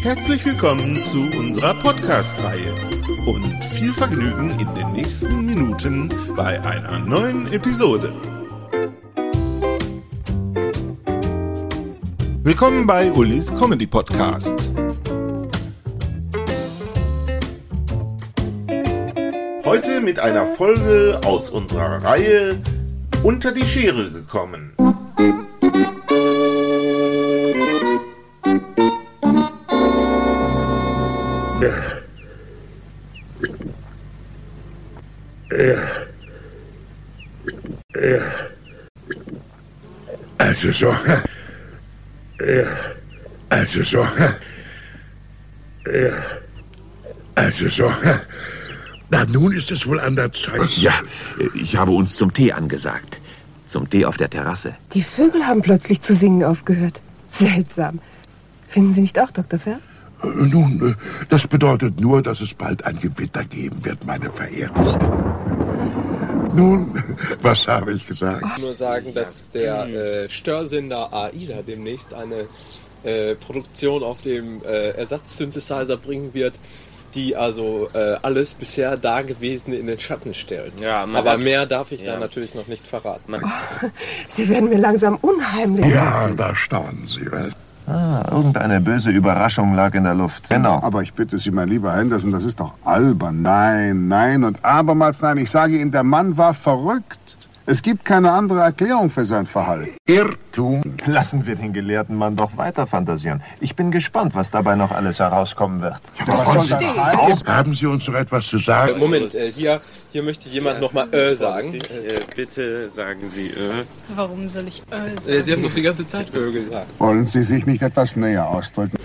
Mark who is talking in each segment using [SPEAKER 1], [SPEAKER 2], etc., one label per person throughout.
[SPEAKER 1] Herzlich willkommen zu unserer Podcast-Reihe und viel Vergnügen in den nächsten Minuten bei einer neuen Episode. Willkommen bei Ulis Comedy Podcast. Heute mit einer Folge aus unserer Reihe Unter die Schere gekommen.
[SPEAKER 2] Also so. Ja. Also so. Ja. Also so. Ja. Na, nun ist es wohl an der Zeit.
[SPEAKER 3] Ja, ich habe uns zum Tee angesagt. Zum Tee auf der Terrasse.
[SPEAKER 4] Die Vögel haben plötzlich zu singen aufgehört. Seltsam. Finden Sie nicht auch, Dr. Fair?
[SPEAKER 2] Äh, Nun, äh, das bedeutet nur, dass es bald ein Gewitter geben wird, meine Verehrtesten. Nun, was habe ich gesagt?
[SPEAKER 5] nur sagen, dass der
[SPEAKER 6] Mhm.
[SPEAKER 5] äh, Störsender AIDA demnächst eine äh, Produktion auf dem äh, Ersatz-Synthesizer bringen wird, die also äh, alles bisher Dagewesene in den Schatten stellt.
[SPEAKER 6] Ja, man
[SPEAKER 5] Aber
[SPEAKER 6] hat-
[SPEAKER 5] mehr darf ich da
[SPEAKER 6] ja.
[SPEAKER 5] natürlich noch nicht verraten.
[SPEAKER 4] Sie werden mir langsam unheimlich.
[SPEAKER 2] Ja, da staunen Sie, was?
[SPEAKER 7] Ah, irgendeine böse Überraschung lag in der Luft. Genau.
[SPEAKER 8] Aber ich bitte Sie, mein lieber Henderson, das ist doch albern. Nein, nein und abermals nein. Ich sage Ihnen, der Mann war verrückt. Es gibt keine andere Erklärung für sein Verhalten.
[SPEAKER 2] Irrtum.
[SPEAKER 7] Lassen wir den gelehrten Mann doch weiter fantasieren. Ich bin gespannt, was dabei noch alles herauskommen wird.
[SPEAKER 2] Was
[SPEAKER 8] soll
[SPEAKER 2] soll
[SPEAKER 8] das
[SPEAKER 2] das heißen? Haben Sie uns noch etwas zu
[SPEAKER 5] Äh,
[SPEAKER 2] sagen?
[SPEAKER 5] Moment, äh, hier, hier möchte jemand nochmal äh sagen.
[SPEAKER 6] Vorsichtig, Äh, bitte sagen Sie äh.
[SPEAKER 9] Warum soll ich äh,
[SPEAKER 5] Äh, Sie
[SPEAKER 9] sagen?
[SPEAKER 5] haben doch die ganze Zeit äh gesagt.
[SPEAKER 8] Wollen Sie sich nicht etwas näher ausdrücken?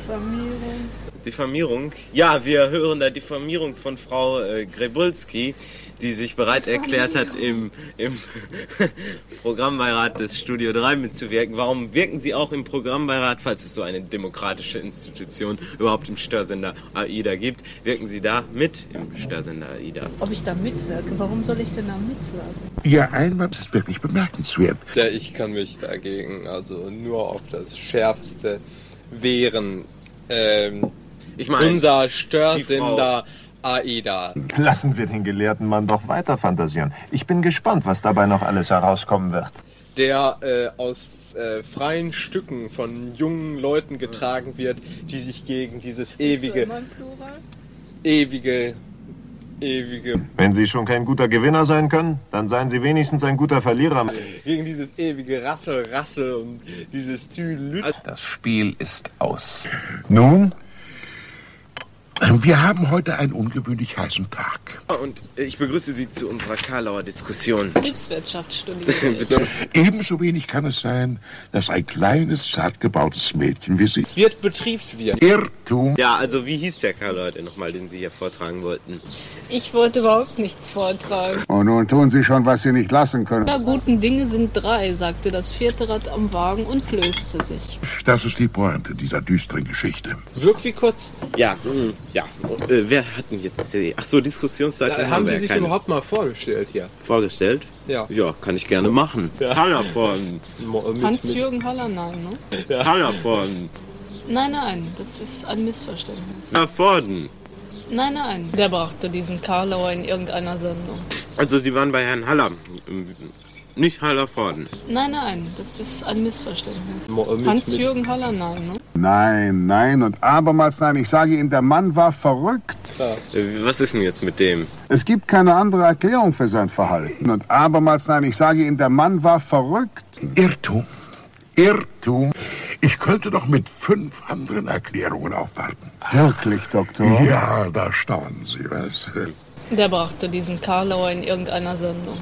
[SPEAKER 6] Diffamierung. Ja, wir hören der Diffamierung von Frau äh, Grebulski, die sich bereit erklärt hat, im, im Programmbeirat des Studio 3 mitzuwirken. Warum wirken Sie auch im Programmbeirat, falls es so eine demokratische Institution überhaupt im Störsender AIDA gibt? Wirken Sie da mit im Störsender AIDA?
[SPEAKER 9] Ob ich da mitwirke? Warum soll ich denn da mitwirken?
[SPEAKER 2] Ihr Einwand ist wirklich bemerkenswert.
[SPEAKER 5] Ja, ich kann mich dagegen also nur auf das Schärfste wehren. Ähm,
[SPEAKER 6] Ich meine,
[SPEAKER 5] unser Störsender AIDA.
[SPEAKER 7] Lassen wir den gelehrten Mann doch weiter fantasieren. Ich bin gespannt, was dabei noch alles herauskommen wird.
[SPEAKER 5] der äh, aus äh, freien Stücken von jungen Leuten getragen wird, die sich gegen dieses
[SPEAKER 9] So immer
[SPEAKER 5] ewige,
[SPEAKER 9] im Plural?
[SPEAKER 5] ewige, ewige,
[SPEAKER 7] Wenn Sie schon kein guter Gewinner sein können, dann seien Sie wenigstens ein guter Verlierer.
[SPEAKER 5] gegen dieses ewige Rassel, Rassel und dieses Tüdelüt.
[SPEAKER 3] Das Spiel ist aus.
[SPEAKER 2] Nun? Wir haben heute einen ungewöhnlich heißen Tag.
[SPEAKER 6] und äh, ich begrüße Sie zu unserer Karlauer Diskussion.
[SPEAKER 9] Hilfswirtschaft studieren.
[SPEAKER 2] Ebenso wenig kann es sein, dass ein kleines, zart gebautes Mädchen wie Sie
[SPEAKER 5] Wird Betriebswirt.
[SPEAKER 2] Irrtum.
[SPEAKER 6] Ja, also wie hieß der Karlauer denn nochmal, den Sie hier vortragen wollten?
[SPEAKER 9] Ich wollte überhaupt nichts vortragen.
[SPEAKER 8] Und nun tun Sie schon, was Sie nicht lassen können.
[SPEAKER 9] Aller guten Dinge sind drei, sagte das vierte Rad am Wagen und löste sich.
[SPEAKER 2] Das ist die Pointe dieser düsteren Geschichte.
[SPEAKER 5] Wirkt wie kurz.
[SPEAKER 6] Ja, hm, ja. Äh, wer hatten jetzt die? Ach so, Diskussionsseite
[SPEAKER 5] Äh, haben Sie sich überhaupt mal vorgestellt hier?
[SPEAKER 6] vorgestellt?
[SPEAKER 5] Ja.
[SPEAKER 6] Ja, kann ich gerne machen.
[SPEAKER 5] Ja.
[SPEAKER 6] Haller von,
[SPEAKER 5] Mo- äh, mit- mit-
[SPEAKER 9] Hans-Jürgen Haller, nein, ne?
[SPEAKER 6] Haller von,
[SPEAKER 9] Nein, nein, das ist ein Missverständnis.
[SPEAKER 6] Herr Forden.
[SPEAKER 9] Nein, nein, der brachte diesen Karlauer in irgendeiner Sendung.
[SPEAKER 6] Also Sie waren bei Herrn Haller, ähm, nicht Haller Forden.
[SPEAKER 9] Nein, nein, das ist ein Missverständnis.
[SPEAKER 5] Mo- äh, mit-
[SPEAKER 9] Hans-Jürgen Haller, nein, ne?
[SPEAKER 8] Nein, nein und abermals nein. Ich sage Ihnen, der Mann war verrückt.
[SPEAKER 5] mit- Ja.
[SPEAKER 6] Äh, was ist denn jetzt mit dem?
[SPEAKER 8] Es gibt keine andere Erklärung für sein Verhalten. Und abermals nein. Ich sage Ihnen, der Mann war verrückt.
[SPEAKER 2] Irrtum. Irrtum. Ich könnte doch mit fünf anderen Erklärungen aufwarten. Mhm.
[SPEAKER 8] Wirklich, Doktor?
[SPEAKER 2] Ja, da staunen Sie, was?
[SPEAKER 9] Der brachte diesen Karlauer in irgendeiner Sendung.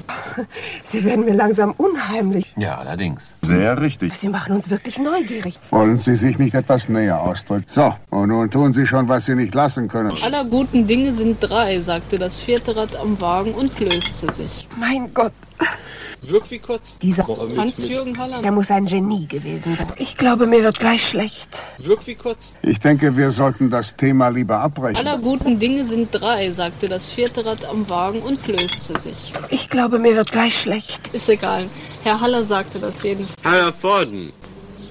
[SPEAKER 4] Sie werden mir langsam unheimlich.
[SPEAKER 3] Ja, allerdings.
[SPEAKER 7] Sehr richtig.
[SPEAKER 4] Sie machen uns wirklich neugierig.
[SPEAKER 8] Wollen Sie sich nicht etwas näher ausdrücken? So, und nun tun Sie schon, was Sie nicht lassen können.
[SPEAKER 9] Aller guten Dinge sind drei, sagte das vierte Rad am Wagen und löste sich.
[SPEAKER 4] Mein Gott,
[SPEAKER 5] Wirkt wie kurz.
[SPEAKER 4] Dieser-
[SPEAKER 5] Boah, mit- mit-
[SPEAKER 9] Hans-Jürgen Halland.
[SPEAKER 4] der muss ein Genie gewesen sein. Ich glaube, mir wird gleich schlecht.
[SPEAKER 5] Wirkt wie kurz.
[SPEAKER 8] Ich denke, wir sollten das Thema lieber abbrechen.
[SPEAKER 9] Aller guten Dinge sind drei, sagte das vierte Rad am Wagen und löste sich.
[SPEAKER 4] Ich glaube, mir wird gleich schlecht.
[SPEAKER 9] Ist egal. Herr Haller sagte das jeden.
[SPEAKER 6] Haller Forden.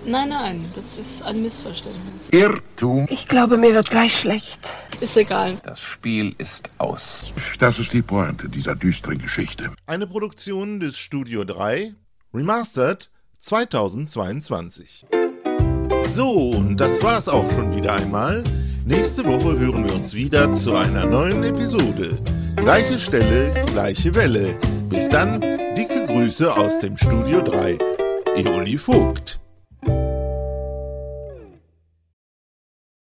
[SPEAKER 9] Nein, nein, das ist ein Missverständnis.
[SPEAKER 2] Irrtum.
[SPEAKER 4] Ich glaube, mir wird gleich schlecht.
[SPEAKER 9] Ist egal.
[SPEAKER 3] Das Spiel ist aus.
[SPEAKER 2] Das ist die Pointe dieser düsteren Geschichte.
[SPEAKER 1] Eine Produktion des Studio 3, Remastered 2022. So, und das war's auch schon wieder einmal. Nächste Woche hören wir uns wieder zu einer neuen Episode. Gleiche Stelle, gleiche Welle. Bis dann, dicke Grüße aus dem Studio 3. Eoli Vogt.